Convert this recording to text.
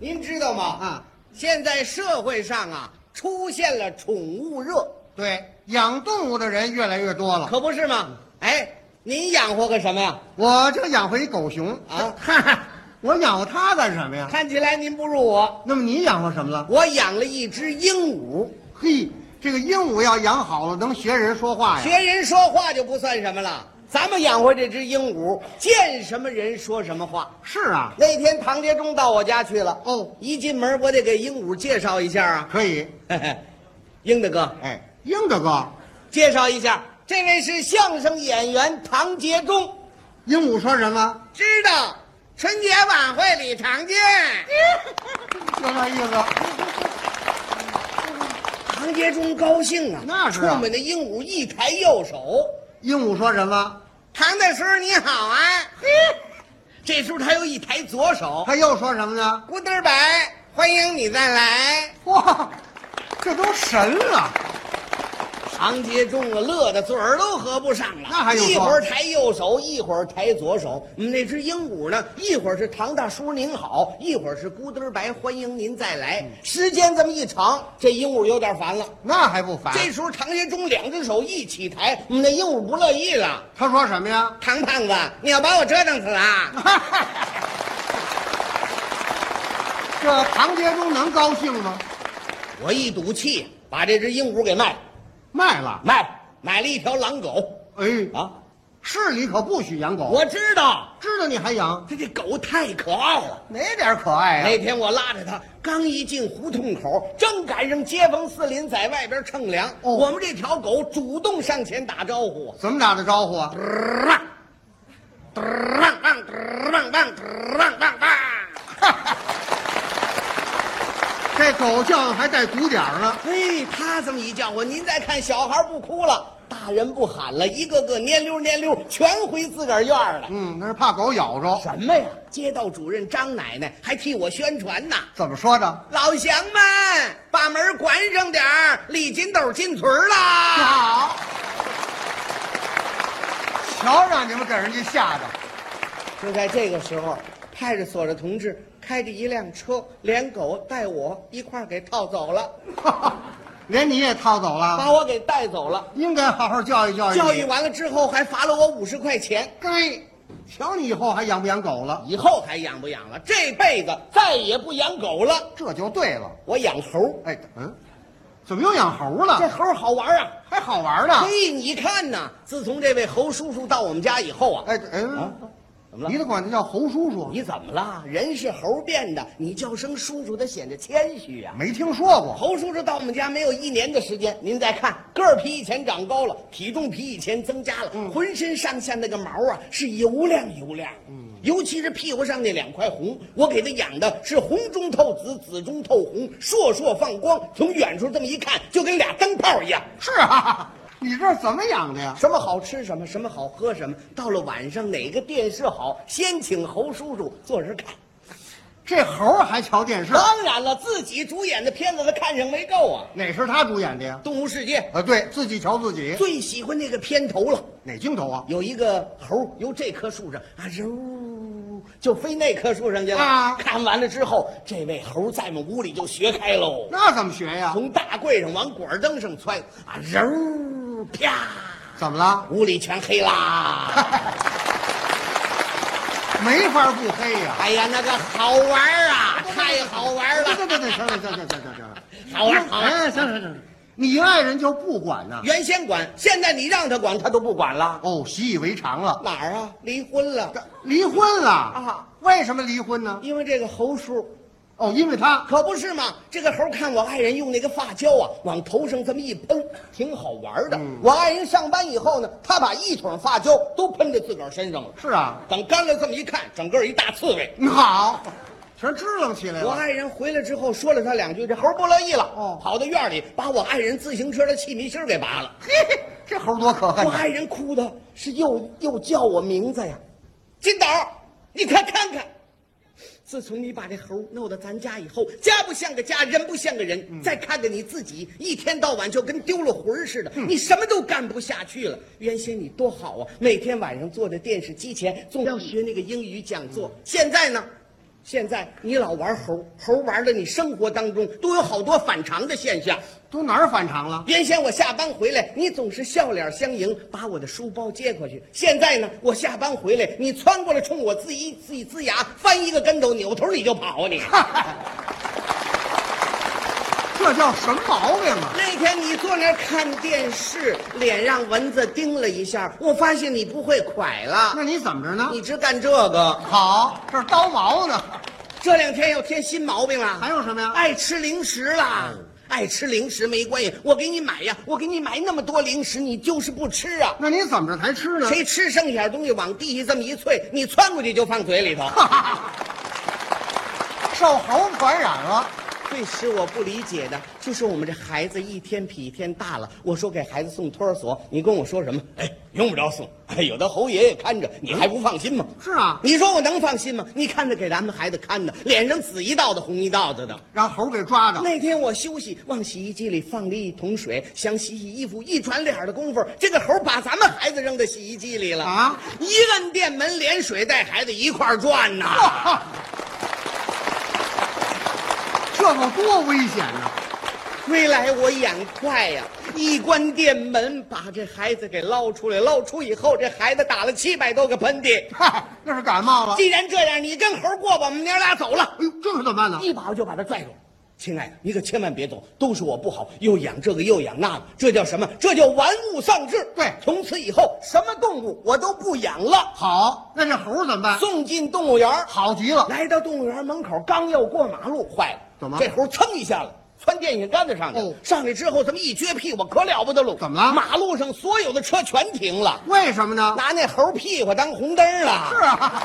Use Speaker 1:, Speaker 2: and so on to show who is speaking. Speaker 1: 您知道吗？
Speaker 2: 啊，
Speaker 1: 现在社会上啊出现了宠物热，
Speaker 2: 对，养动物的人越来越多了。
Speaker 1: 可不是吗？
Speaker 2: 嗯
Speaker 1: 哎，您养活个什么呀？
Speaker 2: 我就养回一狗熊
Speaker 1: 啊，
Speaker 2: 嗨，我养活它干什么呀？
Speaker 1: 看起来您不如我，
Speaker 2: 那么你养活什么了？
Speaker 1: 我养了一只鹦鹉，
Speaker 2: 嘿，这个鹦鹉要养好了，能学人说话哎呀。
Speaker 1: 学人说话就不算什么了。咱们养活这只鹦鹉，见什么人说什么话。
Speaker 2: 是啊，
Speaker 1: 那天唐杰忠到我家去了，
Speaker 2: 哦
Speaker 1: 一进门我得给鹦鹉介绍一下啊，
Speaker 2: 可以。
Speaker 1: 英大哥，
Speaker 2: 哎，英大哥，
Speaker 1: 介绍一下，这位是相声演员唐杰忠，
Speaker 2: 鹦鹉说什么？
Speaker 1: 知道春节晚会里常见。
Speaker 2: 就这意思。
Speaker 1: 唐杰忠高兴啊，
Speaker 2: 那是啊
Speaker 1: 出门的鹦鹉一抬右手，
Speaker 2: 鹦鹉说什么？
Speaker 1: 唐大叔你好 啊，这时候他又一抬左手，
Speaker 2: 他又说什么呢？
Speaker 1: 古德白，欢迎你再来。
Speaker 2: 哇，这都神了！
Speaker 1: 唐杰忠啊，乐得嘴儿都合不上了。
Speaker 2: 那还用说
Speaker 1: 一会儿抬右手，一会儿抬左手。我们那只鹦鹉呢，一会儿是唐大叔您好，一会儿是咕嘚儿白欢迎您再来。
Speaker 2: 嗯
Speaker 1: 时间这么一长，这鹦鹉有点烦了。
Speaker 2: 那还不烦？
Speaker 1: 这时候唐杰忠两只手一起抬，我们那鹦鹉不乐意了。
Speaker 2: 他说什么呀？
Speaker 1: 唐胖子，你要把我折腾死啊！
Speaker 2: 这唐杰忠能高兴吗？
Speaker 1: 我一赌气，把这只鹦鹉给卖了，
Speaker 2: 卖了，
Speaker 1: 卖了，买了一条狼狗
Speaker 2: 哎，
Speaker 1: 啊！
Speaker 2: 市里可不许养狗。
Speaker 1: 我知道，
Speaker 2: 知道你还养，
Speaker 1: 这这狗太可爱了。
Speaker 2: 哪点可爱啊
Speaker 1: 那天我拉着他，刚一进胡同口，正赶上街坊四邻在外边乘凉。
Speaker 2: 哦
Speaker 1: 我们这条狗主动上前打招呼，
Speaker 2: 怎么打的招呼啊？
Speaker 1: 嘚儿浪嘚儿浪嘚儿浪嘚儿浪嘚啊儿浪
Speaker 2: 这狗叫上还带鼓点儿呢。
Speaker 1: 嘿，他这么一叫唤，您再看，小孩不哭了，大人不喊了，一个个蔫溜蔫溜，全回自个儿院儿了。
Speaker 2: 嗯，那是怕狗咬着。
Speaker 1: 什么呀？街道主任张奶奶还替我宣传呢。
Speaker 2: 怎么说的？
Speaker 1: 老乡们，把门关上点儿，李金斗进村儿啦！
Speaker 2: 好，瞧让你们给人家吓的。
Speaker 1: 就在这个时候，派出所的同志开着一辆车，连狗带我一块儿给套走了，
Speaker 2: 连你也套走了，
Speaker 1: 把我给带走了。
Speaker 2: 应该好好教育教育你。
Speaker 1: 教育完了之后，还罚了我五十块钱。
Speaker 2: 该，瞧你以后还养不养狗了？
Speaker 1: 以后还养不养了？这辈子再也不养狗了。
Speaker 2: 这就对了。
Speaker 1: 我养猴，
Speaker 2: 哎，嗯，怎么又养猴
Speaker 1: 这
Speaker 2: 了？
Speaker 1: 猴好玩啊！
Speaker 2: 还好玩呢。
Speaker 1: 嘿，你看呐，自从这位侯叔叔到我们家以后啊，
Speaker 2: 哎哎，
Speaker 1: 啊，怎么
Speaker 2: 你
Speaker 1: 了？
Speaker 2: 得管他叫侯叔叔，
Speaker 1: 你怎么了？人是猴变的，你叫声叔叔，他显得谦虚啊呀、
Speaker 2: 没听说过。
Speaker 1: 侯叔叔到我们家没有一年的时间，您再看，个儿比以前长高了，体重比以前增加了，浑身上下那个毛啊是油亮油亮，嗯，尤其是屁股上那两块红，我给他养的是红中透紫，紫中透红，烁烁放光，从远处这么一看，就跟俩灯泡一样。
Speaker 2: 是啊，你这怎么养的呀？
Speaker 1: 什么好吃什么，什么好喝什么，到了晚上哪个电视好，先请侯叔叔坐这儿看。
Speaker 2: 这猴儿还瞧电视？
Speaker 1: 当然了，自己主演的片子他看上没够啊，
Speaker 2: 哪是他主演的呀？
Speaker 1: 《动物世界
Speaker 2: 啊，对自己瞧自己》，
Speaker 1: 最喜欢那个片头了。
Speaker 2: 哪镜头啊？
Speaker 1: 有一个猴儿由这棵树上啊，揉就飞那棵树上去了。
Speaker 2: 啊
Speaker 1: 看完了之后，这位猴儿在我们屋里就学开喽，
Speaker 2: 那怎么学呀？
Speaker 1: 从大柜上往管灯上窜啊，揉啪，
Speaker 2: 怎么了？
Speaker 1: 屋里全黑啦。
Speaker 2: 没法不黑呀！
Speaker 1: 哎呀，那个好玩儿啊，太好玩儿
Speaker 2: 对
Speaker 1: 了，
Speaker 2: 对对，行了行了行了行了行了，
Speaker 1: 好玩儿好啊玩儿。
Speaker 2: 哎，行了行了行了，你爱人就不管呐？
Speaker 1: 原先管，现在你让他管，他都不管了。
Speaker 2: 哦，习以为常了。
Speaker 1: 哪儿啊？离婚了，
Speaker 2: 离婚了
Speaker 1: 啊？
Speaker 2: 为什么离婚呢？
Speaker 1: 因为这个猴叔
Speaker 2: 哦，因为他
Speaker 1: 可不是嘛！这个猴看我爱人用那个发胶啊，往头上这么一喷，挺好玩的。我爱人上班以后呢，他把一桶发胶都喷在自个儿身上了。
Speaker 2: 是啊，
Speaker 1: 等干了这么一看，整个一大刺猬。
Speaker 2: 你好，全支棱起来
Speaker 1: 我
Speaker 2: 了。
Speaker 1: 爱人回来之后说了他两句，这猴不乐意了，
Speaker 2: 哎哦
Speaker 1: 跑到院里把我爱人自行车的气门芯儿给拔了。
Speaker 2: 嘿嘿，这猴多可恨
Speaker 1: 我
Speaker 2: 呐！
Speaker 1: 爱人哭的是又又叫我名字呀，金斗，你快看看，自从你把这猴弄到咱家以后，家不像个家，人不像个人。再看看你自己，一天到晚就跟丢了魂儿似的，你什么都干不下去了。原先你多好啊，每天晚上坐在电视机前，总要学那个英语讲座。现在呢，现在你老玩猴，猴玩的你生活当中都有好多反常的现象。
Speaker 2: 都哪儿反常了？
Speaker 1: 原先我下班回来，你总是笑脸相迎，把我的书包接过去。现在呢，我下班回来，你穿过来冲我呲一呲一呲牙，翻一个跟头，扭头你就跑啊你。
Speaker 2: 这叫什么毛病啊？
Speaker 1: 那天你坐那儿看电视，脸让蚊子叮了一下，我发现你不会蒯了，
Speaker 2: 那你怎么着呢？
Speaker 1: 你只干这个。
Speaker 2: 好，这儿刀毛呢，
Speaker 1: 这两天又添新毛病了，
Speaker 2: 还有什么呀？嗯
Speaker 1: 爱吃零食啦。爱吃零食没关系，我给你买呀，我给你买那么多零食，你就是不吃啊。
Speaker 2: 那你怎么着才吃呢？
Speaker 1: 谁吃剩下的东西往地下这么一啐，你窜过去就放嘴里头。
Speaker 2: 受猴传染了？
Speaker 1: 最使我不理解的就是我们这孩子一天比一天大了。我说给孩子送托儿所，你跟我说什么？哎，用不着送，哎，有的侯爷爷看着，你还不放心吗？
Speaker 2: 是啊，
Speaker 1: 你说我能放心吗？你看着给咱们孩子看的，脸上紫一道子红一道子的。
Speaker 2: 让猴给抓着。
Speaker 1: 那天我休息，往洗衣机里放了一桶水，想洗洗衣服，一转脸的功夫，这个猴把咱们孩子扔到洗衣机里了
Speaker 2: 啊！
Speaker 1: 一摁电门，连水带孩子一块儿转呐、
Speaker 2: 这可多危险呐！
Speaker 1: 归来我眼快呀、一关店门把这孩子给捞出来，捞出以后这孩子打了七百多个喷嚏。
Speaker 2: 嗨，那是感 冒了。
Speaker 1: 既然这样，你跟猴过吧，我们娘俩走了。
Speaker 2: 哎呦，这可怎么办呢？
Speaker 1: 一把我就把他拽住。亲爱的，你可千万别走，都是我不好，又养这个又养那个，这叫什么？这叫玩物丧志。
Speaker 2: 对
Speaker 1: 从此以后什么动物我都不养了，
Speaker 2: 好，那这猴怎么 办？
Speaker 1: 送进动物园儿。
Speaker 2: 好极了，
Speaker 1: 来到动物园门口，刚要过马路，坏了，
Speaker 2: 怎么
Speaker 1: 这猴噌一下子窜电线杆子上去，
Speaker 2: 哦
Speaker 1: 上去之后，这么一撅屁股，可了不得了。
Speaker 2: 怎么了
Speaker 1: 马路上所有的车全停了，
Speaker 2: 为什么呢？
Speaker 1: 拿那猴屁股当红灯了。
Speaker 2: 是啊，